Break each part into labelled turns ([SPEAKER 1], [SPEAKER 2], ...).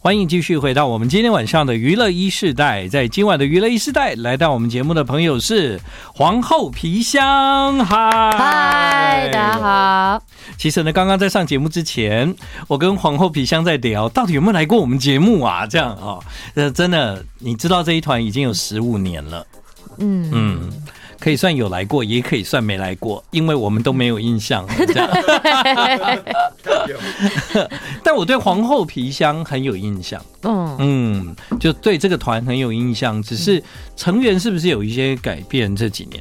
[SPEAKER 1] 欢迎继续回到我们今天晚上的娱乐一世代，在今晚的娱乐一世代，来到我们节目的朋友是皇后皮箱，嗨
[SPEAKER 2] 嗨，大家。好。
[SPEAKER 1] 其实呢，刚刚在上节目之前，我跟皇后皮箱在聊，到底有没有来过我们节目啊？这样哦，呃，真的，你知道这一团已经有十五年了，
[SPEAKER 2] 嗯
[SPEAKER 1] 嗯，可以算有来过，也可以算没来过，因为我们都没有印象。这 样但我对皇后皮箱很有印象，
[SPEAKER 2] 嗯，
[SPEAKER 1] 嗯，就对这个团很有印象，只是成员是不是有一些改变？这几年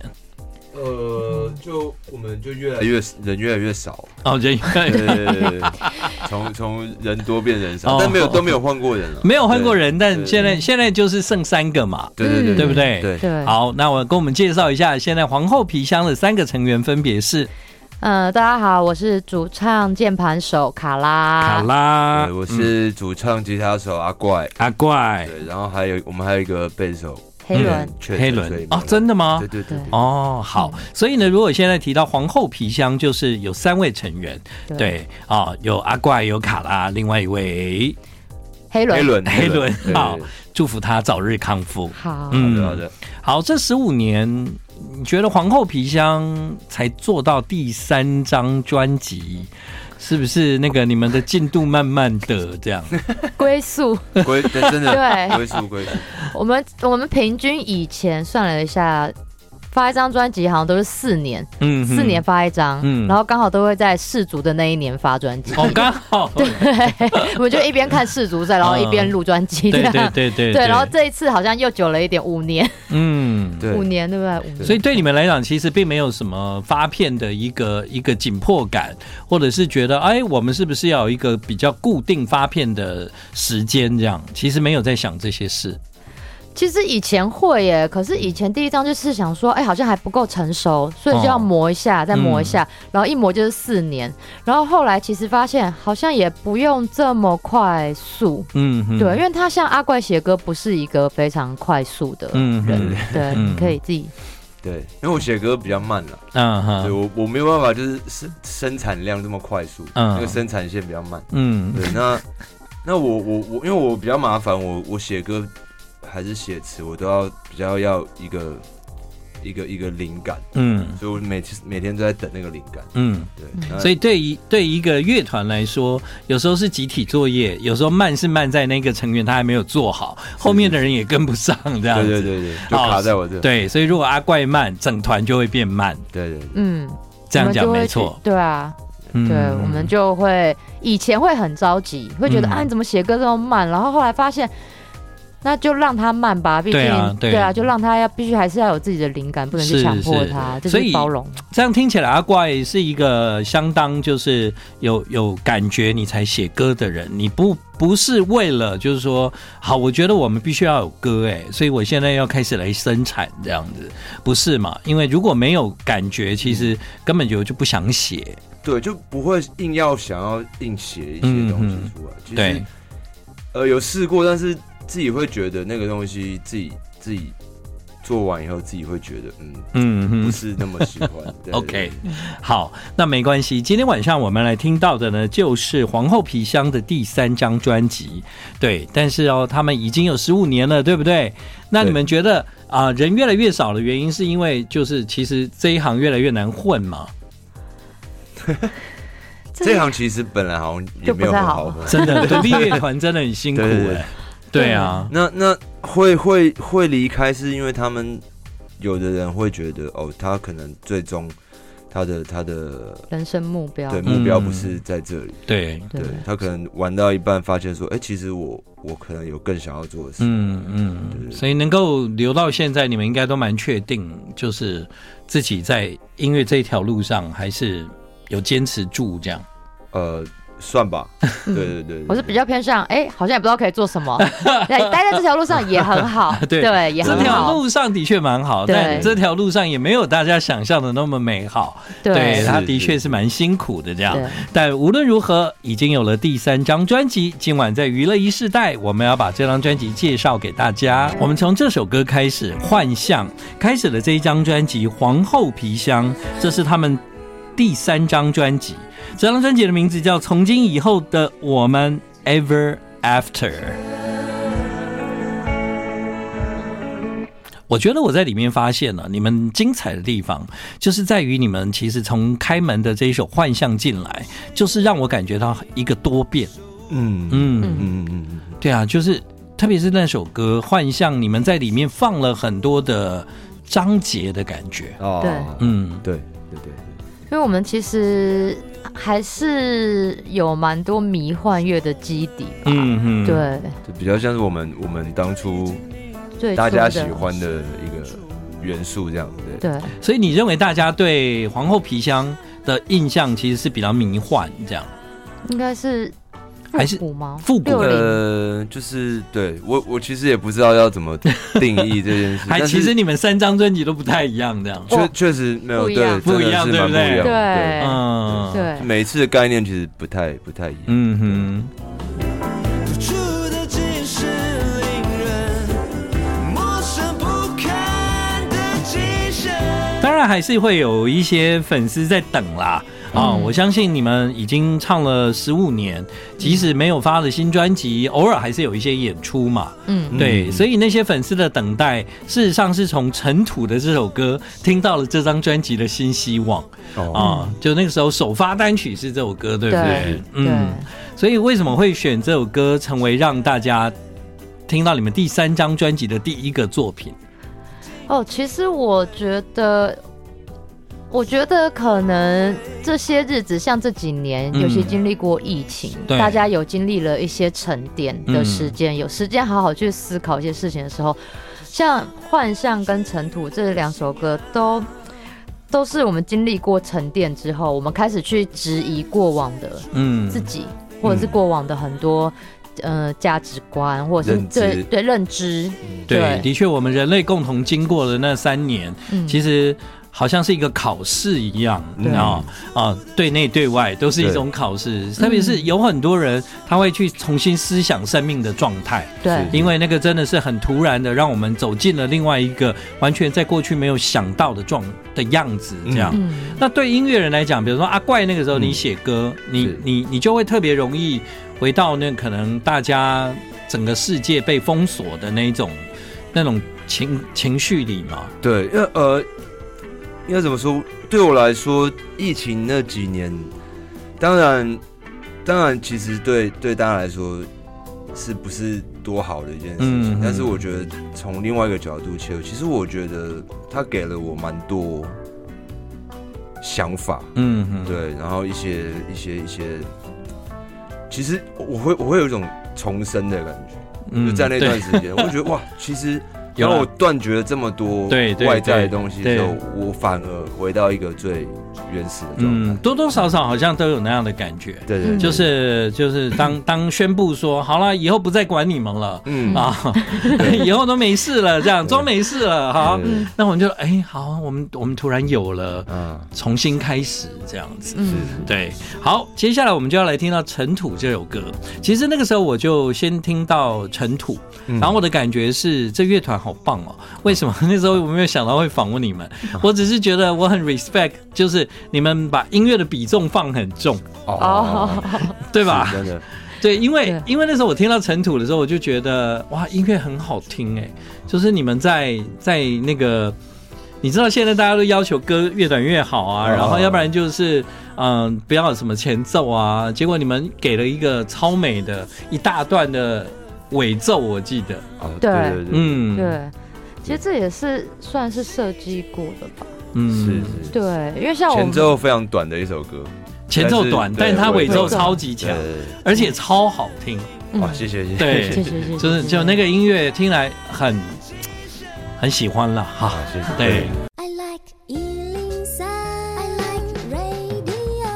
[SPEAKER 3] 呃，就我们就越来越人越来越 少，
[SPEAKER 1] 哦，人
[SPEAKER 3] 对，从从人多变人
[SPEAKER 1] 哦
[SPEAKER 3] 少，但没有都没有换过人了，啊
[SPEAKER 1] 没有换过人，但
[SPEAKER 3] 对
[SPEAKER 1] 现在现在就是剩三个嘛，
[SPEAKER 3] 对，对对
[SPEAKER 1] 嗯对
[SPEAKER 3] 对
[SPEAKER 1] 不对？
[SPEAKER 3] 对对，
[SPEAKER 2] 对，
[SPEAKER 1] 好，那我跟我们介绍一下，现在皇后皮箱的三个成员分别是
[SPEAKER 2] 呃，大家好，我是主唱键盘手卡拉。
[SPEAKER 1] 卡拉、
[SPEAKER 3] 对我
[SPEAKER 1] 嗯
[SPEAKER 3] 是主唱、吉他手阿怪，
[SPEAKER 1] 阿怪、
[SPEAKER 3] 对，然后还有我们还有一个贝斯手嗯
[SPEAKER 2] 黑人，
[SPEAKER 1] 嗯
[SPEAKER 3] 确诊
[SPEAKER 1] 黑
[SPEAKER 3] 所以
[SPEAKER 1] 伦
[SPEAKER 3] 没有
[SPEAKER 1] 哦，真的吗
[SPEAKER 3] 对？对
[SPEAKER 2] 对
[SPEAKER 3] 对对，
[SPEAKER 1] 哦，好，所以呢，如果现在提到皇后皮箱，就是有三位成员，
[SPEAKER 2] 对
[SPEAKER 1] 对，哦，有阿怪，有卡拉，另外一位
[SPEAKER 2] 黑人，
[SPEAKER 3] 黑伦
[SPEAKER 1] 黑伦
[SPEAKER 3] 对
[SPEAKER 1] 好
[SPEAKER 3] 对
[SPEAKER 1] 祝福他早日康复。
[SPEAKER 2] 好，
[SPEAKER 1] 嗯
[SPEAKER 3] 对对好的好的，
[SPEAKER 1] 好，这十五年，你觉得皇后皮箱才做到第三张专辑，是不是那个你们的进度慢慢的这 样？
[SPEAKER 2] 归宿。
[SPEAKER 3] 归对真的
[SPEAKER 2] 对
[SPEAKER 3] 归宿归宿，
[SPEAKER 2] 我们我们平均以前算了一下，发一张专辑好像都是四年，
[SPEAKER 1] 嗯哼
[SPEAKER 2] 四年发一张，
[SPEAKER 1] 嗯
[SPEAKER 2] 然后刚好都会在世足的那一年发专辑。
[SPEAKER 1] 哦，刚好，对
[SPEAKER 2] 我们就一边看世足赛，然后一边录专辑。
[SPEAKER 1] 嗯对
[SPEAKER 2] 这
[SPEAKER 1] 对
[SPEAKER 2] 样
[SPEAKER 1] 对对
[SPEAKER 2] 对，然后这一次好像又久了一点，五年，
[SPEAKER 1] 嗯，
[SPEAKER 3] 对
[SPEAKER 2] 五年对不对？五年。
[SPEAKER 1] 所以对你们来讲，其实并没有什么发片的一个一个紧迫感，或者是觉得哎，我们是不是要有一个比较固定发片的时间这样？其实没有在想这些事。
[SPEAKER 2] 其实以前会耶，可是以前第一张就是想说，哎、好像还不够成熟，所以
[SPEAKER 1] 哦
[SPEAKER 2] 就要磨一下，
[SPEAKER 1] 嗯
[SPEAKER 2] 再磨一下，然后一磨就是四年。然后后来其实发现好像也不用这么快速，
[SPEAKER 1] 嗯哼，
[SPEAKER 2] 对，因为他像阿怪写歌不是一个非常快速的
[SPEAKER 1] 嗯
[SPEAKER 2] 人，
[SPEAKER 1] 哼
[SPEAKER 2] 对，
[SPEAKER 1] 嗯
[SPEAKER 2] 你可以自己
[SPEAKER 3] 对，因为我写歌比较慢了，
[SPEAKER 1] 嗯
[SPEAKER 3] 对
[SPEAKER 1] 哼，
[SPEAKER 3] 我我没有办法就是生生产量这么快速，
[SPEAKER 1] 嗯
[SPEAKER 3] 那个生产线比较慢。
[SPEAKER 1] 嗯
[SPEAKER 3] 对，那那我我我，因为我比较麻烦，我我写歌还是写词，我都要比较要一个一个一个灵感，
[SPEAKER 1] 嗯
[SPEAKER 3] 所以我每次每天都在等那个灵感。
[SPEAKER 1] 嗯，
[SPEAKER 3] 对，那
[SPEAKER 1] 所以对于对一个乐团来说，有时候是集体作业，有时候慢是慢在那个成员他还没有做好，后面的人也跟不上这样
[SPEAKER 3] 对
[SPEAKER 1] 子。
[SPEAKER 3] 对对对，就卡在我这。
[SPEAKER 1] 哦对，所以如果阿怪慢，整团就会变慢。
[SPEAKER 3] 对对对
[SPEAKER 2] 嗯，
[SPEAKER 1] 这样讲
[SPEAKER 2] 我们就会
[SPEAKER 1] 没
[SPEAKER 2] 去
[SPEAKER 1] 错，
[SPEAKER 2] 对啊，
[SPEAKER 1] 嗯
[SPEAKER 2] 对，我们就会以前会很着急，会觉
[SPEAKER 1] 嗯
[SPEAKER 2] 得、啊你怎么写歌这么慢，然后后来发现。那就让他慢吧，毕竟
[SPEAKER 1] 对啊对
[SPEAKER 2] 就让他要必须还是要有自己的灵感，不能
[SPEAKER 1] 是
[SPEAKER 2] 去强迫
[SPEAKER 1] 是
[SPEAKER 2] 他，这
[SPEAKER 1] 所
[SPEAKER 2] 是
[SPEAKER 1] 以
[SPEAKER 2] 包容。
[SPEAKER 1] 这样听起来，阿怪是一个相当就是有有感觉你才写歌的人，你不不是为了就是说，好，我觉得我们必须要有歌哎，所以我现在要开始来生产这样子，不是嘛？因为如果没有感觉，其实根本就就不想写。
[SPEAKER 3] 对，就不会硬要想要硬写一
[SPEAKER 1] 嗯
[SPEAKER 3] 些东西
[SPEAKER 1] 嗯
[SPEAKER 3] 出来。其
[SPEAKER 1] 对
[SPEAKER 3] 实，呃，有试过，但是自己会觉得那个东西自己自己做完以后，自己会觉得嗯，
[SPEAKER 1] 嗯
[SPEAKER 3] 不
[SPEAKER 1] 嗯。
[SPEAKER 3] 是那么喜欢。对对
[SPEAKER 1] OK，好，那没关系。今天晚上我们来听到的呢，就是皇后皮箱的第三张专辑。对，但是哦，他们已经有十五年了，对不对？那
[SPEAKER 3] 对
[SPEAKER 1] 你们觉得啊、人越来越少的原因，是因为就是其实这一行越来越难混嘛？
[SPEAKER 3] 这行其实本来好像也
[SPEAKER 2] 就不
[SPEAKER 3] 没有
[SPEAKER 2] 太
[SPEAKER 3] 很
[SPEAKER 2] 好
[SPEAKER 3] 好混。
[SPEAKER 1] 真的，独立乐团真的很辛苦哎、
[SPEAKER 3] 对对对
[SPEAKER 1] 对啊，
[SPEAKER 3] 那那会会会离开，是因为他们有的人会觉得，哦，他可能最终他的他的
[SPEAKER 2] 人生目标，
[SPEAKER 3] 对
[SPEAKER 2] 对
[SPEAKER 3] 目标不是在这里，
[SPEAKER 1] 对，
[SPEAKER 3] 对他可能玩到一半发现说，哎、其实我我可能有更想要做的事，
[SPEAKER 1] 嗯嗯，所以能够留到现在，你们应该都蛮确定，就是自己在音乐这条路上还是有坚持住这样。，
[SPEAKER 3] 呃，算吧，对对对对
[SPEAKER 2] 嗯我是比较偏向，哎、好像也不知道可以做什么，对，待在这条路上也很好
[SPEAKER 1] 对
[SPEAKER 2] 也
[SPEAKER 1] 这
[SPEAKER 2] 很
[SPEAKER 1] 条
[SPEAKER 2] 好，
[SPEAKER 1] 路上的确蛮好，
[SPEAKER 2] 对
[SPEAKER 1] 但这条路上也没有大家想象的那么美好。对，
[SPEAKER 3] 是
[SPEAKER 1] 他的确是蛮辛苦的这样
[SPEAKER 2] 对。
[SPEAKER 1] 但无论如何，已经有了第三张专辑。今晚在娱乐一世代，我们要把这张专辑介绍给大家。我们从这首歌开始，《幻象》开始了这一张专辑《皇后皮箱》，这是他们第三张专辑。这张专辑的名字叫《从今以后的我们》，Ever After》。我觉得我在里面发现了你们精彩的地方，就是在于你们其实从开门的这一首《幻象》进来，就是让我感觉到一个多变。
[SPEAKER 3] 嗯嗯
[SPEAKER 1] 嗯，
[SPEAKER 3] 嗯嗯嗯，
[SPEAKER 1] 对啊，就是特别是那首歌《幻象》，你们在里面放了很多的章节的感觉。
[SPEAKER 3] 哦
[SPEAKER 2] 对
[SPEAKER 1] 嗯，
[SPEAKER 3] 对对对
[SPEAKER 2] 因为我们其实还是有蛮多迷幻乐的基底吧。
[SPEAKER 1] 嗯嗯，
[SPEAKER 2] 对，
[SPEAKER 3] 对，就比较像是我们我们当初
[SPEAKER 2] 最
[SPEAKER 3] 大家
[SPEAKER 2] 初
[SPEAKER 3] 喜
[SPEAKER 2] 的
[SPEAKER 3] 欢的一个元素这样，对。
[SPEAKER 2] 对，
[SPEAKER 1] 所以你认为大家对皇后皮箱的印象其实是比较迷幻这样，
[SPEAKER 2] 应该是
[SPEAKER 1] 还是
[SPEAKER 2] 复古吗？
[SPEAKER 1] 复古
[SPEAKER 2] 六零
[SPEAKER 3] 呃，就是对我，我其实也不知道要怎么定义这件事，
[SPEAKER 1] 还
[SPEAKER 3] 但
[SPEAKER 1] 其
[SPEAKER 3] 是
[SPEAKER 1] 实你们三张专辑都不太一样这样。
[SPEAKER 3] 确
[SPEAKER 2] 哦
[SPEAKER 3] 确实没有
[SPEAKER 2] 不一
[SPEAKER 3] 对，
[SPEAKER 2] 样
[SPEAKER 3] 真的
[SPEAKER 1] 不一样
[SPEAKER 3] 是
[SPEAKER 1] 对
[SPEAKER 3] 蛮
[SPEAKER 1] 不
[SPEAKER 3] 不一样
[SPEAKER 2] 对
[SPEAKER 3] 的
[SPEAKER 1] 嗯，
[SPEAKER 2] 对
[SPEAKER 3] 对，，每一次的概念其实不太不太一样。
[SPEAKER 1] 嗯哼。
[SPEAKER 4] 付出的只是令人陌生不堪的精神。
[SPEAKER 1] 当然还是会有一些粉丝在等啦。啊、
[SPEAKER 2] 嗯
[SPEAKER 1] 我相信你们已经唱了十五年，即使没有发了新专辑，偶尔还是有一些演出嘛。
[SPEAKER 2] 嗯，
[SPEAKER 1] 对，所以那些粉丝的等待，事实上是从《尘土》的这首歌听到了这张专辑的新希望
[SPEAKER 3] 哦，
[SPEAKER 1] 啊、就那个时候首发单曲是这首歌，对不嗯对？
[SPEAKER 2] 嗯对对，
[SPEAKER 1] 所以为什么会选这首歌成为让大家听到你们第三张专辑的第一个作品？
[SPEAKER 2] 哦，其实我觉得，我觉得可能这些日子，像这几年，
[SPEAKER 1] 嗯
[SPEAKER 2] 尤其经历过疫情，
[SPEAKER 1] 对嗯
[SPEAKER 2] 大家有经历了一些沉淀的时间，有时间好好去思考一些事情的时候，像《幻象》跟《尘土》这两首歌都。都是我们经历过沉淀之后，我们开始去质疑过往的
[SPEAKER 1] 嗯，
[SPEAKER 2] 自己，或者是过往的很多、呃价值观，或者是
[SPEAKER 3] 认知
[SPEAKER 2] 对对认知，
[SPEAKER 1] 对
[SPEAKER 2] 对，
[SPEAKER 1] 的确，我们人类共同经过的那三年，
[SPEAKER 2] 嗯，
[SPEAKER 1] 其实好像是一个考试一样，
[SPEAKER 3] 嗯
[SPEAKER 1] 啊啊，对内对外都是一种考试。特别
[SPEAKER 2] 嗯
[SPEAKER 1] 是有很多人他会去重新思想生命的状态，
[SPEAKER 2] 对
[SPEAKER 1] 因为那个真的是很突然的，让我们走进了另外一个完全在过去没有想到的状的样子，这样。
[SPEAKER 2] 嗯，
[SPEAKER 1] 那对音乐人来讲，比如说阿啊怪那个时候你写歌，你
[SPEAKER 3] 嗯是
[SPEAKER 1] 你你就会特别容易回到那可能大家整个世界被封锁的那一种那种情情绪里嘛。
[SPEAKER 3] 对，因为呃，应该怎么说？对我来说，疫情那几年，当然，当然，其实对对大家来说是不是多好的一件事情？
[SPEAKER 1] 嗯
[SPEAKER 3] 但是我觉得从另外一个角度切入，其实我觉得它给了我蛮多想法。
[SPEAKER 1] 嗯嗯，
[SPEAKER 3] 对，然后一些一些一些，其实我会我会有一种重生的感觉，
[SPEAKER 1] 嗯
[SPEAKER 3] 就在那段
[SPEAKER 1] 对
[SPEAKER 3] 时间，我觉得哇，其实
[SPEAKER 1] 有
[SPEAKER 3] 然
[SPEAKER 1] 啦
[SPEAKER 3] 后我断绝了这么多
[SPEAKER 1] 对对
[SPEAKER 3] 外在的东西
[SPEAKER 1] 对
[SPEAKER 3] 之
[SPEAKER 1] 对
[SPEAKER 3] 后，我反而回到一个最原始的状态
[SPEAKER 1] 嗯，。多多少少好像都有那样的感觉，
[SPEAKER 3] 对对对，
[SPEAKER 1] 就是就是当 当宣布说好了，以后不再管你们了。
[SPEAKER 3] 嗯
[SPEAKER 1] 啊， 以后都没事了，这样装没事了，好，
[SPEAKER 3] 嗯
[SPEAKER 1] 那我们就哎，好，我们我们突然有了，
[SPEAKER 3] 啊，
[SPEAKER 1] 重新开始这样子。
[SPEAKER 2] 嗯
[SPEAKER 1] 对，好，接下来我们就要来听到《尘土》这首歌。其实那个时候我就先听到《尘土》，然后我的感觉是这乐团好棒哦。为什么那时候我没有想到会访问你们？我只是觉得我很 respect，就是你们把音乐的比重放很重，
[SPEAKER 2] 哦，
[SPEAKER 1] 对吧
[SPEAKER 3] 是？真的，
[SPEAKER 1] 对，因为
[SPEAKER 2] 对
[SPEAKER 1] 因为那时候我听到《尘土》的时候，我就觉得哇，音乐很好听哎，就是你们在在那个，你知道现在大家都要求歌越短越好啊，
[SPEAKER 3] 哦
[SPEAKER 1] 然后要不然就是嗯不要有什么前奏啊，结果你们给了一个超美的一大段的尾奏，我记得，
[SPEAKER 3] 哦
[SPEAKER 2] 对
[SPEAKER 3] 对对对，
[SPEAKER 1] 嗯，
[SPEAKER 2] 对，其实这也是算是设计过的吧。
[SPEAKER 1] 嗯
[SPEAKER 3] 是，是，
[SPEAKER 2] 对，因为像我
[SPEAKER 3] 前
[SPEAKER 2] 们
[SPEAKER 3] 奏非常短的一首歌，
[SPEAKER 1] 前奏短，但
[SPEAKER 3] 但
[SPEAKER 1] 是
[SPEAKER 3] 是
[SPEAKER 1] 它尾奏
[SPEAKER 2] 对
[SPEAKER 1] 超级
[SPEAKER 3] 对
[SPEAKER 1] 强，
[SPEAKER 3] 对
[SPEAKER 1] 而且超好听，
[SPEAKER 3] 对，哇，
[SPEAKER 2] 嗯
[SPEAKER 3] 谢谢谢谢，
[SPEAKER 1] 对
[SPEAKER 2] 谢谢谢谢，
[SPEAKER 1] 哎就是
[SPEAKER 2] 谢谢
[SPEAKER 1] 就那个音乐听来很很喜欢了哈。
[SPEAKER 3] 啊谢谢，
[SPEAKER 1] 对
[SPEAKER 5] I like Ealing Sound. I like radio.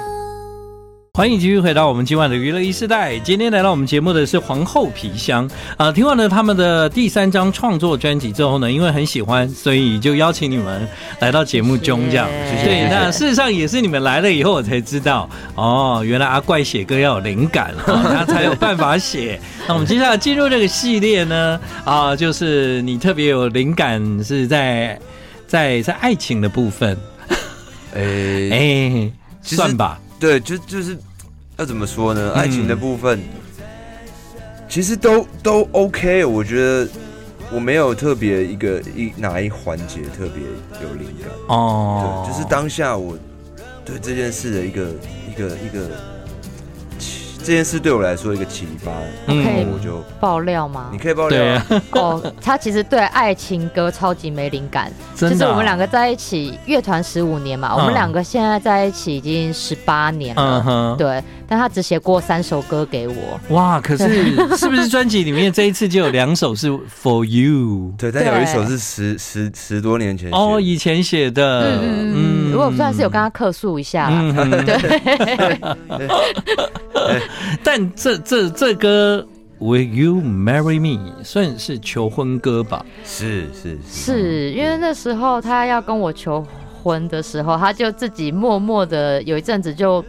[SPEAKER 1] 欢迎继续回到我们今晚的娱乐一世代。今天来到我们节目的是皇后皮箱啊、听完了他们的第三张创作专辑之后呢，因为很喜欢，所以就邀请你们来到节目中这样。
[SPEAKER 2] 谢谢
[SPEAKER 1] 对，那事实上也是你们来了以后，我才知道哦，原来阿怪写歌要有灵感哦，他才有办法写。那我们接下来进入这个系列呢，啊、就是你特别有灵感是在在在爱情的部分，
[SPEAKER 3] 哎
[SPEAKER 1] 哎、
[SPEAKER 3] 其实
[SPEAKER 1] 算吧，嗯
[SPEAKER 3] 对，就就是要怎么说呢？爱情的部分，其实都都 OK，我觉得我没有特别一个一哪一环节特别有灵感，
[SPEAKER 1] 哦，
[SPEAKER 3] 对，就是当下我对这件事的一个一个一个启，这件事对我来说一个启发，
[SPEAKER 1] 嗯
[SPEAKER 3] 然后我就
[SPEAKER 2] 爆料吗
[SPEAKER 3] 你？可以爆料
[SPEAKER 1] 对
[SPEAKER 3] 啊，
[SPEAKER 1] 啊，
[SPEAKER 2] 哦，他其实对爱情歌超级没灵感。
[SPEAKER 1] 真的啊，
[SPEAKER 2] 就是我们两个在一起乐团十五年嘛，
[SPEAKER 1] 嗯
[SPEAKER 2] 我们两个现在在一起已经十八年
[SPEAKER 1] 嗯
[SPEAKER 2] 了。
[SPEAKER 1] 哼，
[SPEAKER 2] 对，但他只写过三首歌给我，
[SPEAKER 1] 哇，可是是不是专辑里面这一次就有两首是 For You？
[SPEAKER 3] 对，但有一首
[SPEAKER 2] 对
[SPEAKER 3] 是十十十多年前
[SPEAKER 1] 哦，
[SPEAKER 3] 写的
[SPEAKER 1] 以前写的，
[SPEAKER 2] 嗯，我算是有跟他客诉一下啦。
[SPEAKER 1] 嗯哼，但这这这歌 Will You Marry Me 算是求婚歌吧？
[SPEAKER 3] 是是是，
[SPEAKER 2] 是因为那时候他要跟我求婚的时候，他就自己默默的有一阵子就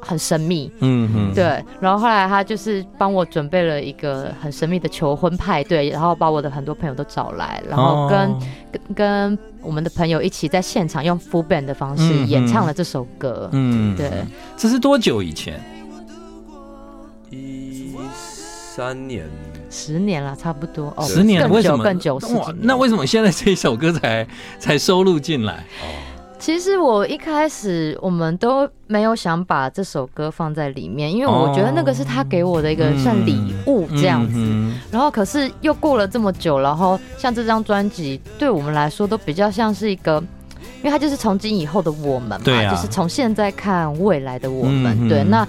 [SPEAKER 2] 很神秘，
[SPEAKER 1] 嗯哼，
[SPEAKER 2] 对，然后后来他就是帮我准备了一个很神秘的求婚派对，然后把我的很多朋友都找来，然后跟、
[SPEAKER 1] 哦
[SPEAKER 2] 跟跟我们的朋友一起在现场用 full band 的方
[SPEAKER 1] 嗯
[SPEAKER 2] 式
[SPEAKER 1] 嗯
[SPEAKER 2] 演唱了这首歌。
[SPEAKER 1] 嗯，
[SPEAKER 2] 对，
[SPEAKER 1] 这是多久以前？
[SPEAKER 3] 一三年，
[SPEAKER 2] 十年了，差不多哦，
[SPEAKER 1] 十年？为
[SPEAKER 2] 更
[SPEAKER 1] 什
[SPEAKER 2] 久
[SPEAKER 1] 么
[SPEAKER 2] 更久十
[SPEAKER 1] 哇
[SPEAKER 2] 几
[SPEAKER 1] 那
[SPEAKER 2] 年。
[SPEAKER 1] 为什么现在这首歌才才收录进来？
[SPEAKER 2] 其实我一开始我们都没有想把这首歌放在里面，因为我觉得那个是他给我的一个
[SPEAKER 1] 嗯
[SPEAKER 2] 算礼物这样子。
[SPEAKER 1] 嗯哼
[SPEAKER 2] 然后可是又过了这么久，然后像这张专辑对我们来说都比较像是一个。因为它就是从今以后的我们嘛，
[SPEAKER 1] 对啊
[SPEAKER 2] 就是从现在看未来的我们。
[SPEAKER 1] 嗯嗯
[SPEAKER 2] 对，那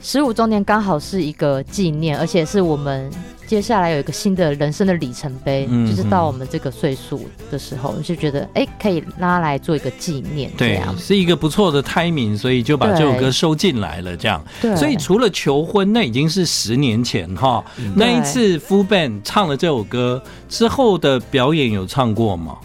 [SPEAKER 2] 十五周年刚好是一个纪念，而且是我们接下来有一个新的人生的里程碑，
[SPEAKER 1] 嗯
[SPEAKER 2] 就是到我们这个岁数的时候，就觉得哎，可以拉来做一个纪念，这
[SPEAKER 1] 对
[SPEAKER 2] 样，
[SPEAKER 1] 是一个不错的 timing，所以就把
[SPEAKER 2] 对
[SPEAKER 1] 这首歌收进来了。这样，
[SPEAKER 2] 对，
[SPEAKER 1] 所以除了求婚，那已经是十年前哈。
[SPEAKER 2] 嗯
[SPEAKER 1] 那一次 Full Band 唱了这首歌之后的表演有唱过吗？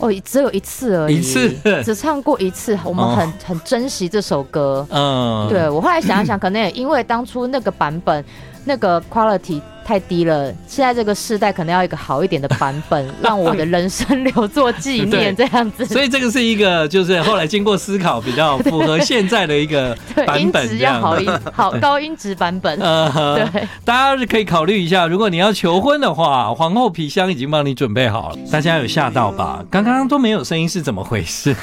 [SPEAKER 2] 哦，只有一次而已，
[SPEAKER 1] 一次
[SPEAKER 2] 只唱过一次，我
[SPEAKER 1] 哦
[SPEAKER 2] 们很、很珍惜这首歌，
[SPEAKER 1] 嗯，
[SPEAKER 2] 对我后来想一想，可能也因为当初那个版本那个 quality 太低了，现在这个世代可能要一个好一点的版本，让我的人生留作纪念这样子。
[SPEAKER 1] 所以这个是一个，就是后来经过思考，比较符合现在的一个
[SPEAKER 2] 对
[SPEAKER 1] 版
[SPEAKER 2] 音
[SPEAKER 1] 本
[SPEAKER 2] 质
[SPEAKER 1] 这
[SPEAKER 2] 要
[SPEAKER 1] 样。
[SPEAKER 2] 好音好高音质版本。
[SPEAKER 1] 呃，
[SPEAKER 2] 对，
[SPEAKER 1] 大家是可以考虑一下，如果你要求婚的话，皇后皮箱已经帮你准备好了。大家有吓到吧？
[SPEAKER 2] 嗯
[SPEAKER 1] 刚刚都没有声音，是怎么回 事、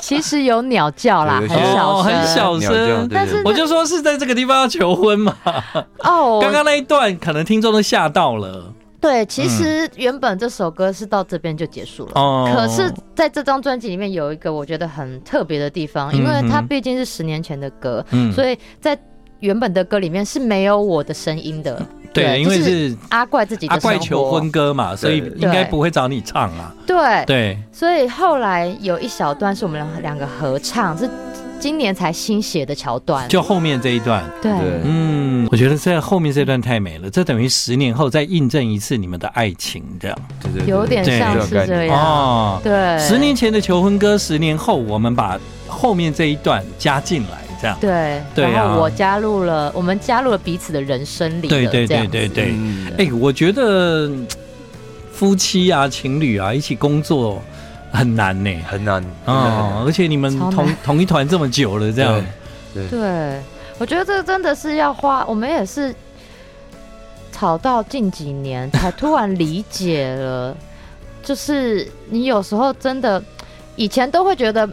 [SPEAKER 2] 其实有鸟叫啦，
[SPEAKER 3] 对
[SPEAKER 2] 很
[SPEAKER 3] 有些
[SPEAKER 2] 小
[SPEAKER 1] 哦，
[SPEAKER 2] 声，
[SPEAKER 1] 很小
[SPEAKER 3] 鸟叫
[SPEAKER 1] 声
[SPEAKER 3] 对。
[SPEAKER 2] 但是
[SPEAKER 1] 我就说是在这个地方要求婚嘛。
[SPEAKER 2] 哦，
[SPEAKER 1] 刚刚那一段可能听众都吓到了。
[SPEAKER 2] 对，其实原本这首歌是到这边就结束了。
[SPEAKER 1] 哦，
[SPEAKER 2] 可是，在这张专辑里面有一个我觉得很特别的地方，因为它
[SPEAKER 1] 嗯哼
[SPEAKER 2] 毕竟是十年前的歌，
[SPEAKER 1] 嗯
[SPEAKER 2] 所以在原本的歌里面是没有我的声音的。
[SPEAKER 1] 嗯对，因为
[SPEAKER 2] 就是
[SPEAKER 1] 是
[SPEAKER 2] 阿怪自己的
[SPEAKER 1] 阿
[SPEAKER 2] 生活
[SPEAKER 1] 啊怪求婚。歌嘛，所以
[SPEAKER 3] 对
[SPEAKER 1] 应该不会找你唱啊。
[SPEAKER 2] 对，
[SPEAKER 1] 对，
[SPEAKER 2] 所以后来有一小段是我们两两个合唱，是今年才新写的桥段。
[SPEAKER 1] 就后面这一段。
[SPEAKER 2] 对，
[SPEAKER 3] 对
[SPEAKER 1] 嗯，我觉得这后面这段太美了，这等于十年后再印证一次你们的爱情，这样
[SPEAKER 3] 对对对
[SPEAKER 2] 有点
[SPEAKER 1] 对
[SPEAKER 2] 像是这样。
[SPEAKER 1] 哦。
[SPEAKER 2] 啊对，
[SPEAKER 1] 十年前的求婚歌，十年后我们把后面这一段加进来，这样。
[SPEAKER 2] 对，
[SPEAKER 1] 对啊
[SPEAKER 2] 然后我加入了，我们加入了彼此的人生里的
[SPEAKER 1] 对对
[SPEAKER 2] 这样
[SPEAKER 1] 对
[SPEAKER 2] 子
[SPEAKER 1] 对对。
[SPEAKER 3] 嗯
[SPEAKER 1] 哎、我觉得嗯夫妻啊、情侣啊一起工作很难呢、
[SPEAKER 3] 很难
[SPEAKER 1] 哦，而且你们
[SPEAKER 2] 超难
[SPEAKER 1] 同同一团这么久了，这样
[SPEAKER 3] 对
[SPEAKER 2] 对，我觉得这真的是要花，我们也是吵到近几年才突然理解了，就是你有时候真的以前都会觉得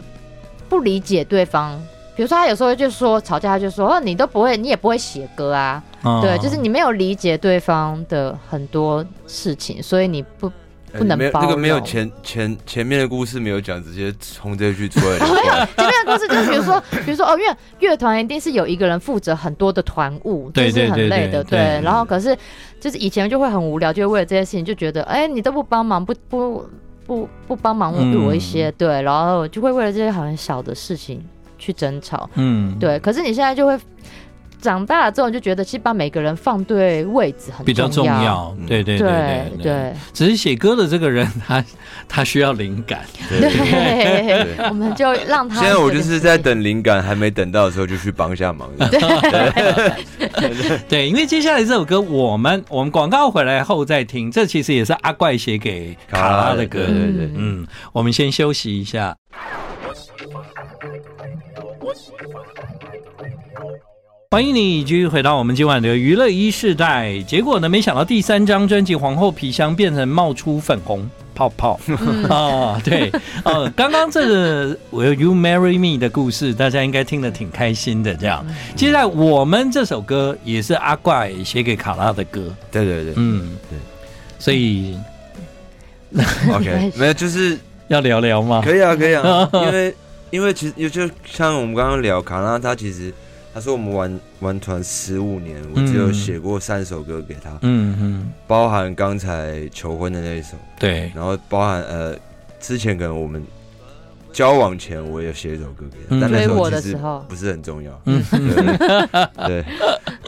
[SPEAKER 2] 不理解对方。比如说，他有时候就说吵架，他就说：“哦，你都不会，你也不会写歌啊。
[SPEAKER 1] 哦
[SPEAKER 2] 对，就是你没有理解对方的很多事情，所以你不
[SPEAKER 3] 哎
[SPEAKER 2] 不能
[SPEAKER 3] 没有
[SPEAKER 2] 包
[SPEAKER 3] 那个没有
[SPEAKER 2] 容
[SPEAKER 3] 前前前面的故事没有讲，直接从这句出来 的话。
[SPEAKER 2] 前面的故事就是，比如说， 比如说哦，因为乐团一定是有一个人负责很多的团务，
[SPEAKER 1] 对
[SPEAKER 2] 这是
[SPEAKER 1] 对对
[SPEAKER 2] 很累的，
[SPEAKER 1] 对对
[SPEAKER 2] 然后可是就是以前就会很无聊，就会为了这些事情就觉得，哎，你都不帮忙，不不不不帮忙
[SPEAKER 1] 嗯
[SPEAKER 2] 我我一些，对，然后就会为了这些很小的事情去争吵，
[SPEAKER 1] 嗯，
[SPEAKER 2] 对。可是你现在就会长大了之后，你就觉得其实把每个人放对位置很
[SPEAKER 1] 比较重
[SPEAKER 2] 要。
[SPEAKER 1] 要。对对
[SPEAKER 2] 对
[SPEAKER 1] 对对
[SPEAKER 2] 对
[SPEAKER 1] 只是写歌的这个人，他 他需要灵感。
[SPEAKER 2] 对， 我们就让他。
[SPEAKER 3] 现在我就是在，等灵感，还没等到的时候就去帮一下 忙。对，
[SPEAKER 1] 对，因为接下来这首歌，我们我们广告回来后再听。这其实也是阿怪写给卡拉的歌。
[SPEAKER 3] 对对对，
[SPEAKER 1] 嗯，我们先休息一下。欢迎你继续回到我们今晚的娱乐一世代。结果呢，没想到第三张专辑《皇后皮箱》变成冒出粉红泡 泡啊、对，呃，刚刚这个 Will You Marry Me 的故事，大家应该听得挺开心的。这样，
[SPEAKER 3] 嗯
[SPEAKER 1] 接下来我们这首歌也是阿怪写给卡拉的歌，
[SPEAKER 3] 对对 对、
[SPEAKER 1] 嗯，
[SPEAKER 3] 对，
[SPEAKER 1] 所以
[SPEAKER 3] o k 没有就是
[SPEAKER 1] 要聊聊吗？
[SPEAKER 3] 可以啊，可 以啊，因为因为其实也就像我们刚刚聊卡拉，他其实他说我们玩玩团十五年，我只有
[SPEAKER 1] 嗯
[SPEAKER 3] 写过三首歌给他，
[SPEAKER 1] 嗯嗯，
[SPEAKER 3] 包含刚才求婚的那一首，
[SPEAKER 1] 对，
[SPEAKER 3] 然后包含呃之前可能我们交往前我也写一首歌给他，
[SPEAKER 1] 嗯
[SPEAKER 3] 但那
[SPEAKER 2] 追我的时
[SPEAKER 3] 其实
[SPEAKER 2] 候
[SPEAKER 3] 不是很重要，
[SPEAKER 1] 嗯
[SPEAKER 3] 对对，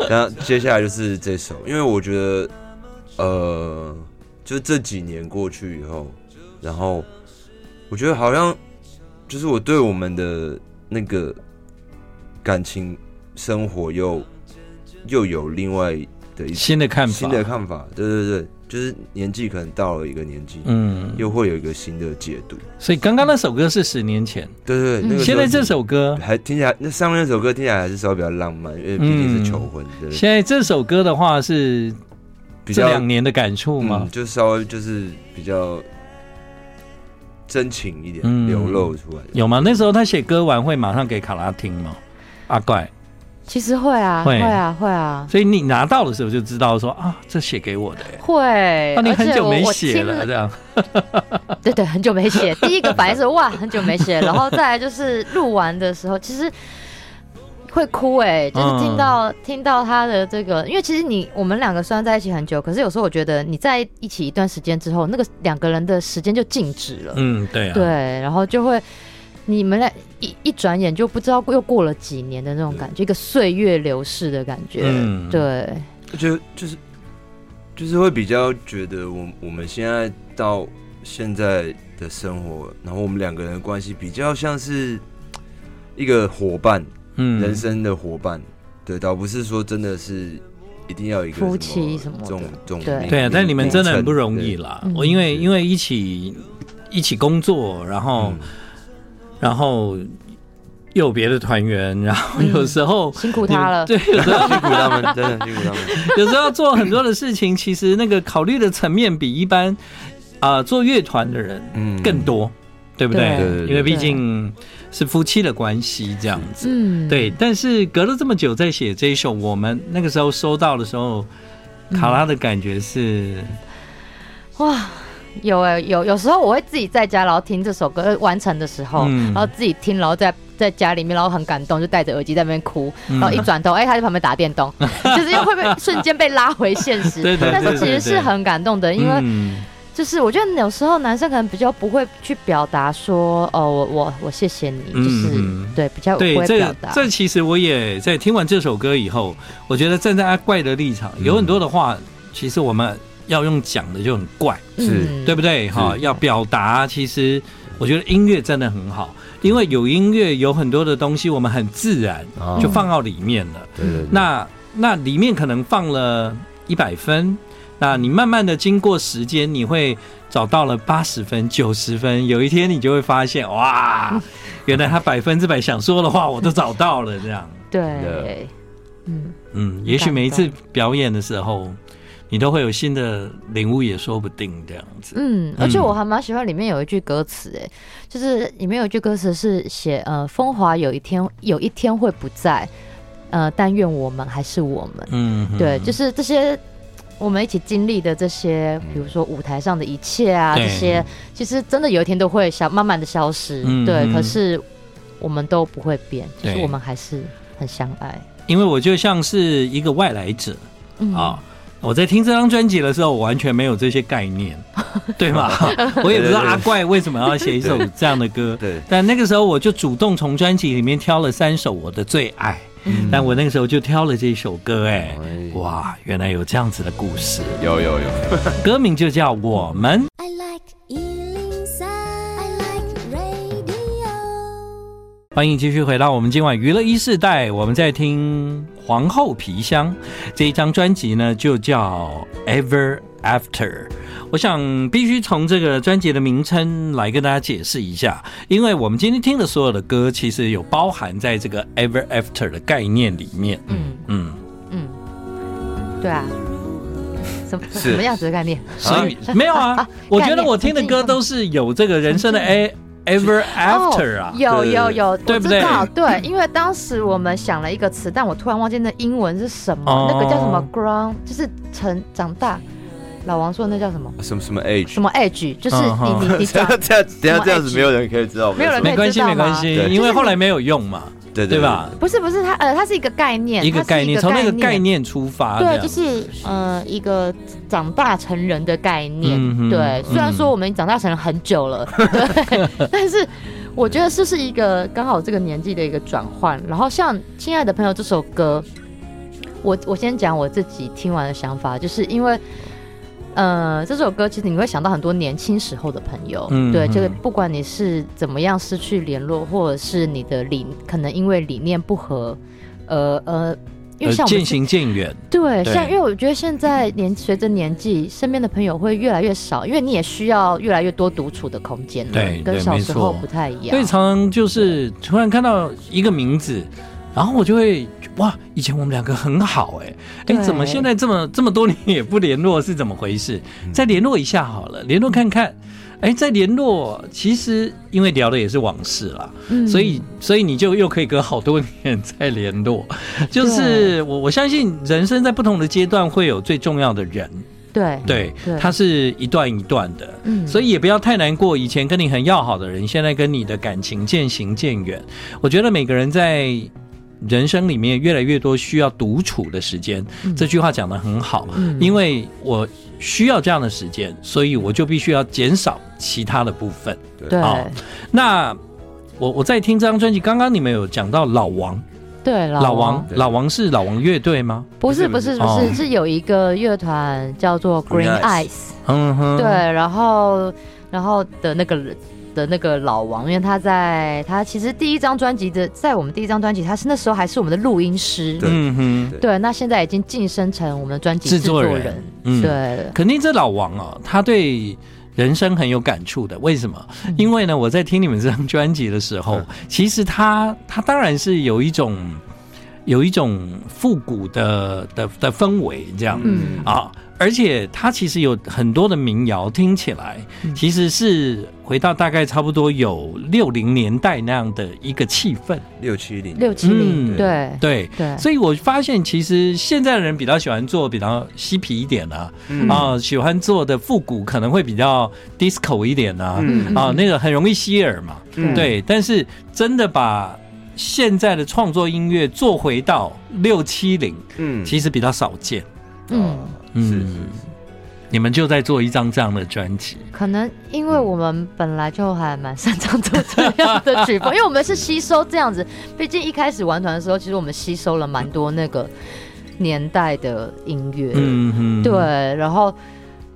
[SPEAKER 3] 然后接下来就是这首，因为我觉得呃，就是这几年过去以后，然后我觉得好像就是我对我们的那个感情生活又又有另外的一种
[SPEAKER 1] 新的看法，
[SPEAKER 3] 新的看法，对对对，就是年纪可能到了一个年纪，
[SPEAKER 1] 嗯，
[SPEAKER 3] 又会有一个新的解读。
[SPEAKER 1] 所以刚刚那首歌是十年前，
[SPEAKER 3] 对对对，那个
[SPEAKER 1] 嗯现在
[SPEAKER 3] 时候嗯
[SPEAKER 1] 这首歌，
[SPEAKER 3] 还听起来，那上面那首歌听起来还是稍微比较浪漫，因为毕竟是求婚，对对对，
[SPEAKER 1] 现在这首歌的话是
[SPEAKER 3] 比
[SPEAKER 1] 这
[SPEAKER 3] 较
[SPEAKER 1] 嗯两年的感触
[SPEAKER 3] 嗯，
[SPEAKER 1] 嘛，
[SPEAKER 3] 就稍微就是比较真情一点，
[SPEAKER 1] 嗯
[SPEAKER 3] 流露出来的。
[SPEAKER 1] 有吗？那时候他写歌完会马上给卡拉听吗？阿怪，
[SPEAKER 2] 其实会啊，
[SPEAKER 1] 会
[SPEAKER 2] 会啊，会啊，
[SPEAKER 1] 所以你拿到的时候就知道说啊，这写给我的、欸。
[SPEAKER 2] 会。
[SPEAKER 1] 啊，你
[SPEAKER 2] 而
[SPEAKER 1] 很
[SPEAKER 2] 且
[SPEAKER 1] 久
[SPEAKER 2] 我
[SPEAKER 1] 没
[SPEAKER 2] 我
[SPEAKER 1] 写
[SPEAKER 2] 听
[SPEAKER 1] 了，这样，
[SPEAKER 2] 对对，很久没写。 第一个反应是哇，很久没 写，然后再来就是录完的时候，其实会哭哎、
[SPEAKER 1] 嗯
[SPEAKER 2] 就是听到、听到他的这个，因为其实你我们两个虽然在一起很久，可是有时候我觉得你在一起一段时间之后，那个两个人的时间就静止了，
[SPEAKER 1] 嗯，对啊，
[SPEAKER 2] 对，然后就会。你们俩一一转眼就不知道又过了几年的那种感觉，一个岁月流逝的感觉。
[SPEAKER 1] 嗯
[SPEAKER 2] 对，
[SPEAKER 3] 就就是就是会比较觉得我我们现在到现在的生活，然后我们两个人的关系比较像是一个伙伴，
[SPEAKER 1] 嗯
[SPEAKER 3] 人生的伙伴，对，倒不是说真的是一定要有一个
[SPEAKER 2] 夫妻什么的
[SPEAKER 3] 这种这种
[SPEAKER 2] 对
[SPEAKER 3] 名
[SPEAKER 1] 对啊，但你们真的很不容易。啦
[SPEAKER 2] 嗯。
[SPEAKER 1] 我因为因为一起一起工作，然
[SPEAKER 3] 名
[SPEAKER 1] 后
[SPEAKER 3] 称对
[SPEAKER 1] 然后又有别的团员，然后有时候
[SPEAKER 2] 辛苦他 了。
[SPEAKER 1] 对，有时候
[SPEAKER 3] 嗯，辛苦他们，真的辛苦他 们。
[SPEAKER 1] 有时候做很多的事情，其实那个考虑的层面比一般啊、做乐团的人
[SPEAKER 3] 嗯
[SPEAKER 1] 更多，对不对？
[SPEAKER 2] 对
[SPEAKER 3] 对对对
[SPEAKER 1] 因为毕竟是夫妻的关系这样子。
[SPEAKER 2] 嗯，
[SPEAKER 1] 对，但是隔了这么久再写这一首，我们那个时候收到的时候，卡拉的感觉是，
[SPEAKER 2] 哇，有哎、有有时候我会自己在家，然后听这首歌呃完成的时候，
[SPEAKER 1] 嗯
[SPEAKER 2] 然后自己听，然后在在家里面，然后很感动，就戴着耳机在那边哭，
[SPEAKER 1] 嗯
[SPEAKER 2] 然后一转头，哎、他在旁边打电 动，就是又会被瞬间被拉回现实。
[SPEAKER 1] 对对对
[SPEAKER 2] 但是其
[SPEAKER 1] 对对
[SPEAKER 2] 实是很感动的，因为
[SPEAKER 1] 嗯
[SPEAKER 2] 就是我觉得有时候男生可能比较不会去表达说，哦，我我我谢谢你，
[SPEAKER 1] 嗯
[SPEAKER 2] 就是、
[SPEAKER 1] 嗯
[SPEAKER 2] 对比较不
[SPEAKER 1] 对
[SPEAKER 2] 会表
[SPEAKER 1] 这
[SPEAKER 2] 达。
[SPEAKER 1] 这其实我也在听完这首歌以后，我觉得站在阿怪的立场，有很多的
[SPEAKER 2] 嗯
[SPEAKER 1] 话，其实我们要用讲的就很怪。
[SPEAKER 3] 是
[SPEAKER 2] 嗯
[SPEAKER 1] 对不对？哈，
[SPEAKER 3] 是
[SPEAKER 1] 要表达，其实我觉得音乐真的很好，因为有音乐，有很多的东西我们很自然
[SPEAKER 2] 嗯
[SPEAKER 3] 啊
[SPEAKER 1] 就放到里面了。
[SPEAKER 3] 对对对
[SPEAKER 1] 那那里面可能放了一百分，那你慢慢的经过时间，你会找到了八十分、九十分，有一天你就会发现，哇，原来他百分之百想说的话我都找到了，这样。
[SPEAKER 2] 对，嗯，
[SPEAKER 1] 嗯，也许每一次表演的时候，你都会有新的领悟，也说不定这样子。
[SPEAKER 2] 嗯，而且我还蛮喜欢里面有一句歌词，哎，就是里面有一句歌词是写呃，风华有一天有一天会不在，呃，但愿我们还是我们。
[SPEAKER 1] 嗯，
[SPEAKER 2] 对，
[SPEAKER 1] 嗯
[SPEAKER 2] 就是这些我们一起经历的这些，比如说舞台上的一切啊，
[SPEAKER 1] 嗯对
[SPEAKER 2] 这些其实真的有一天都会消慢慢的消失。
[SPEAKER 1] 嗯
[SPEAKER 2] 对，
[SPEAKER 1] 嗯
[SPEAKER 2] 可是我们都不会变，就是
[SPEAKER 1] 对
[SPEAKER 2] 我们还是很相爱。
[SPEAKER 1] 因为我就像是一个外来者
[SPEAKER 2] 嗯
[SPEAKER 1] 啊。我在听这张专辑的时候，我完全没有这些概 念，对吗？我也不知道
[SPEAKER 3] 对对对
[SPEAKER 1] 阿怪为什么要写一首这样的歌。
[SPEAKER 3] 对
[SPEAKER 1] 但那个时候我就主动从专辑里面挑了三首我的最爱，但我那个时候就挑了这首歌、哎，
[SPEAKER 3] 嗯哎
[SPEAKER 1] 哇，原来有这样子的故事，
[SPEAKER 3] 有有有，
[SPEAKER 1] 歌名就叫《我们》。
[SPEAKER 5] I like Ealing Sound. I like radio.
[SPEAKER 1] 欢迎继续回到我们今晚娱乐一世代，我们在听《皇后皮箱》这一张专辑呢，就叫《Ever After》。我想必须从这个专辑的名称来跟大家解释一下，因为我们今天听的所有的歌，其实有包含在这个 ever after 的概念里面。
[SPEAKER 2] 嗯
[SPEAKER 1] 嗯，
[SPEAKER 2] 嗯，对啊， 什么什么样子的概念？
[SPEAKER 1] 所以没有 啊，我觉得我听的歌都是有这个人生的 a ever
[SPEAKER 2] 哦
[SPEAKER 1] after 啊。
[SPEAKER 2] 有
[SPEAKER 3] 对
[SPEAKER 2] 有有，
[SPEAKER 1] 对
[SPEAKER 2] 我
[SPEAKER 1] 不
[SPEAKER 2] 知
[SPEAKER 1] 对
[SPEAKER 2] 道，对，因为当时我们想了一个词，但我突然忘记那英文是什么，
[SPEAKER 1] 哦
[SPEAKER 2] 那个叫什么 ground，就是成长大。老王说那叫什么
[SPEAKER 3] 什么什么 age？
[SPEAKER 2] 什么 edge，就是
[SPEAKER 1] 嗯
[SPEAKER 2] 你
[SPEAKER 1] 哼
[SPEAKER 2] 你你
[SPEAKER 3] 这
[SPEAKER 2] 长
[SPEAKER 3] 样这样
[SPEAKER 2] 什么
[SPEAKER 3] 等一下这样子
[SPEAKER 2] age？
[SPEAKER 3] 没有人可以知道我在
[SPEAKER 2] 没有人
[SPEAKER 3] 说
[SPEAKER 1] 没关系，
[SPEAKER 2] 可以
[SPEAKER 1] 没
[SPEAKER 2] 知道吗
[SPEAKER 1] 关系
[SPEAKER 3] 对，
[SPEAKER 1] 因为后来没有用嘛，
[SPEAKER 3] 对
[SPEAKER 1] 对吧？？
[SPEAKER 2] 不是不是它呃，它是一个概念，
[SPEAKER 1] 一个
[SPEAKER 2] 它
[SPEAKER 1] 概
[SPEAKER 2] 是
[SPEAKER 1] 念，从那个概。念出发，啊这
[SPEAKER 2] 对，啊
[SPEAKER 1] 样
[SPEAKER 2] 就是呃，一个长大成人的概念。
[SPEAKER 1] 嗯哼
[SPEAKER 2] 对，虽然
[SPEAKER 1] 嗯
[SPEAKER 2] 说我们长大成人很久 了，对， 但是我觉得这是一个刚好这个年纪的一个转换。然后像《亲爱的朋友》这首歌，我我先讲我自己听完的想法，就是因为。呃，这首歌其实你会想到很多年轻时候的朋友，
[SPEAKER 1] 嗯
[SPEAKER 2] 对，这个
[SPEAKER 1] 嗯
[SPEAKER 2] 不管你是怎么样失去联络，或者是你的理可能因为理念不合，呃呃，因为
[SPEAKER 1] 呃
[SPEAKER 2] 像我们
[SPEAKER 1] 渐行渐远，
[SPEAKER 2] 对，
[SPEAKER 1] 对
[SPEAKER 2] 像因为我觉得现在年随着年纪，身边的朋友会越来越少，因为你也需要越来越多独处的空间了，
[SPEAKER 1] 对
[SPEAKER 2] 跟
[SPEAKER 1] 对
[SPEAKER 2] 小
[SPEAKER 1] 没
[SPEAKER 2] 时候
[SPEAKER 1] 错
[SPEAKER 2] 不太一样。
[SPEAKER 1] 所以常常就是突然看到一个名字，然后我就会哇，以前我们两个很好哎、哎、
[SPEAKER 2] 对
[SPEAKER 1] 怎么现在这么这么多年也不联络，是怎么回事？再联络一下好了，联络看看。哎，再联络，其实因为聊的也是往事啦，
[SPEAKER 2] 嗯
[SPEAKER 1] 所以所以你就又可以隔好多年再联络。就是我我相信人生在不同的阶段会有最重要的人，
[SPEAKER 2] 对
[SPEAKER 1] 对
[SPEAKER 2] 嗯对，
[SPEAKER 1] 它是一段一段的。
[SPEAKER 2] 嗯
[SPEAKER 1] 所以也不要太难过。以前跟你很要好的人，现在跟你的感情渐行渐远。我觉得每个人在人生里面越来越多需要独处的时间。
[SPEAKER 2] 嗯
[SPEAKER 1] 这句话讲得很好，因为我需要这样的时间，所以我就必须要减少其他的部分。
[SPEAKER 2] 对
[SPEAKER 1] 好那我我在听这张专辑，刚刚你们有讲到老王，
[SPEAKER 2] 对老
[SPEAKER 1] 老王，
[SPEAKER 3] 对
[SPEAKER 1] 老王是老王乐队吗？
[SPEAKER 2] 不是不
[SPEAKER 3] 不
[SPEAKER 2] 是
[SPEAKER 3] 是
[SPEAKER 2] 不
[SPEAKER 1] 不是
[SPEAKER 2] 是是有一个乐团叫做
[SPEAKER 3] Green
[SPEAKER 2] Green
[SPEAKER 3] Eyes
[SPEAKER 2] Eyes，
[SPEAKER 1] 嗯哼，
[SPEAKER 2] 对，，然后然后的那个人的那个老王，因为他在他其实第一张专辑的，在我们第一张专辑，他是那时候还是我们的录音师，
[SPEAKER 3] 对
[SPEAKER 1] 嗯哼，
[SPEAKER 2] 对，那现在已经晋升成我们的专辑
[SPEAKER 1] 制
[SPEAKER 2] 作
[SPEAKER 1] 作人嗯
[SPEAKER 2] 对，
[SPEAKER 1] 肯定这老王哦，他对人生很有感触的。为什么？
[SPEAKER 2] 嗯
[SPEAKER 1] 因为呢，我在听你们这张专辑的时候，其实他他当然是有一种有一种复古的的的氛围这样、
[SPEAKER 2] 嗯
[SPEAKER 1] 啊。而且他其实有很多的民谣，听起来
[SPEAKER 2] 嗯
[SPEAKER 1] 其实是回到大概差不多有六零年代那样的一个气氛。
[SPEAKER 3] 六七零
[SPEAKER 2] 六七零，
[SPEAKER 1] 嗯
[SPEAKER 2] 对
[SPEAKER 1] 对，
[SPEAKER 2] 对，
[SPEAKER 1] 所以我发现其实现在的人比较喜欢做比较嬉皮一点啊，
[SPEAKER 3] 嗯
[SPEAKER 1] 啊、喜欢做的复古可能会比较 disco 一点啊，
[SPEAKER 2] 嗯
[SPEAKER 1] 啊、那个很容易吸耳嘛，
[SPEAKER 2] 嗯
[SPEAKER 1] 对。但是真的把现在的创作音乐做回到六七零，
[SPEAKER 3] 嗯
[SPEAKER 1] 其实比较少见。
[SPEAKER 2] 嗯，
[SPEAKER 1] 嗯
[SPEAKER 3] 是是是
[SPEAKER 1] 你们就在做一张这样的专辑，
[SPEAKER 2] 可能因为我们本来就还蛮擅长做这样的曲风，因为我们是吸收这样子。毕竟一开始玩团的时候，其实我们吸收了蛮多那个年代的音乐，
[SPEAKER 1] 嗯哼，
[SPEAKER 2] 对，然后。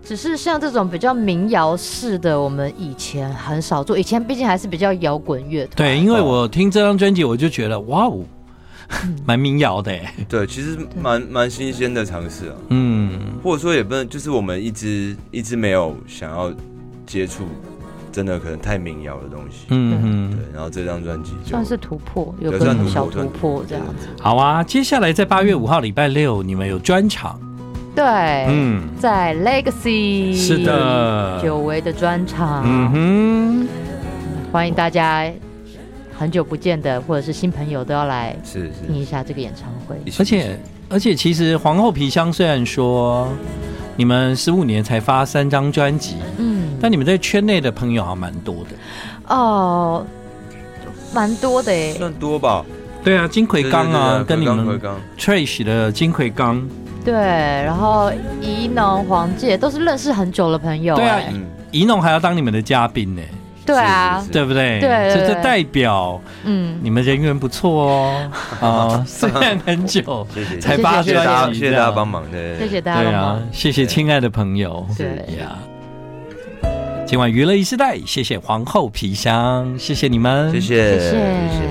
[SPEAKER 2] 只是像这种比较民谣式的，我们以前很少做。以前毕竟还是比较摇滚乐团，
[SPEAKER 1] 对，因为我听这张专辑，我就觉得哇哦， 蛮民谣的耶，欸
[SPEAKER 3] 对，其实蛮蛮新鲜的尝试啊，
[SPEAKER 1] 嗯
[SPEAKER 3] 或者说也不能，就是我们一直一直没有想要接触，真的可能太民谣的东西。
[SPEAKER 1] 嗯哼
[SPEAKER 3] 对。，然后这张专辑就
[SPEAKER 2] 算是突破，有
[SPEAKER 3] 对
[SPEAKER 2] 个
[SPEAKER 3] 算突破
[SPEAKER 2] 小
[SPEAKER 3] 算
[SPEAKER 2] 突
[SPEAKER 3] 突
[SPEAKER 2] 破这样子。
[SPEAKER 1] 好啊，接下来在八月五号礼拜六，你们有专场，
[SPEAKER 2] 对，
[SPEAKER 1] 嗯，
[SPEAKER 2] 在 Legacy
[SPEAKER 1] 是的
[SPEAKER 2] 久违的专场，
[SPEAKER 1] 嗯哼，
[SPEAKER 2] 欢迎大家很久不见的或者是新朋友都要来
[SPEAKER 3] 是
[SPEAKER 2] 听一
[SPEAKER 3] 是，
[SPEAKER 2] 下这个演唱会。
[SPEAKER 3] 一起
[SPEAKER 1] 而且而且，其实皇后皮箱虽然说你们十五年才发三张专辑，
[SPEAKER 2] 嗯，
[SPEAKER 1] 但你们在圈内的朋友还蛮多的。
[SPEAKER 2] 哦，蛮多的诶，
[SPEAKER 3] 算多吧，
[SPEAKER 1] 对啊，金
[SPEAKER 3] 对
[SPEAKER 1] 奎
[SPEAKER 3] 对
[SPEAKER 1] 刚啊，
[SPEAKER 3] 对
[SPEAKER 1] 跟
[SPEAKER 3] 对
[SPEAKER 1] 你
[SPEAKER 3] 回
[SPEAKER 1] 们
[SPEAKER 3] 刚
[SPEAKER 1] Trash 的金奎刚，
[SPEAKER 2] 对，然后怡农、黄介都是认识很久的朋友诶，哎
[SPEAKER 1] 对啊
[SPEAKER 3] 回刚嗯，
[SPEAKER 1] 怡农还要当你们的嘉宾呢，
[SPEAKER 2] 对啊
[SPEAKER 3] 是是，是
[SPEAKER 1] 对不对？
[SPEAKER 2] 对对
[SPEAKER 1] 这
[SPEAKER 2] 对
[SPEAKER 1] 这代表
[SPEAKER 2] 嗯，
[SPEAKER 1] 你们人缘不错哦。 啊，虽然很久
[SPEAKER 3] 谢谢
[SPEAKER 1] 才
[SPEAKER 3] 谢
[SPEAKER 1] 发
[SPEAKER 3] 谢大家，
[SPEAKER 1] 专辑，
[SPEAKER 3] 谢谢大家帮忙，对
[SPEAKER 2] 谢谢。大家
[SPEAKER 1] 对
[SPEAKER 2] 帮
[SPEAKER 1] 啊
[SPEAKER 2] 忙，，
[SPEAKER 1] 谢谢亲爱的朋友。
[SPEAKER 2] 对
[SPEAKER 1] 呀。今晚娱乐一时代，谢谢皇后皮箱，谢谢你们，
[SPEAKER 3] 对谢谢
[SPEAKER 2] 谢谢。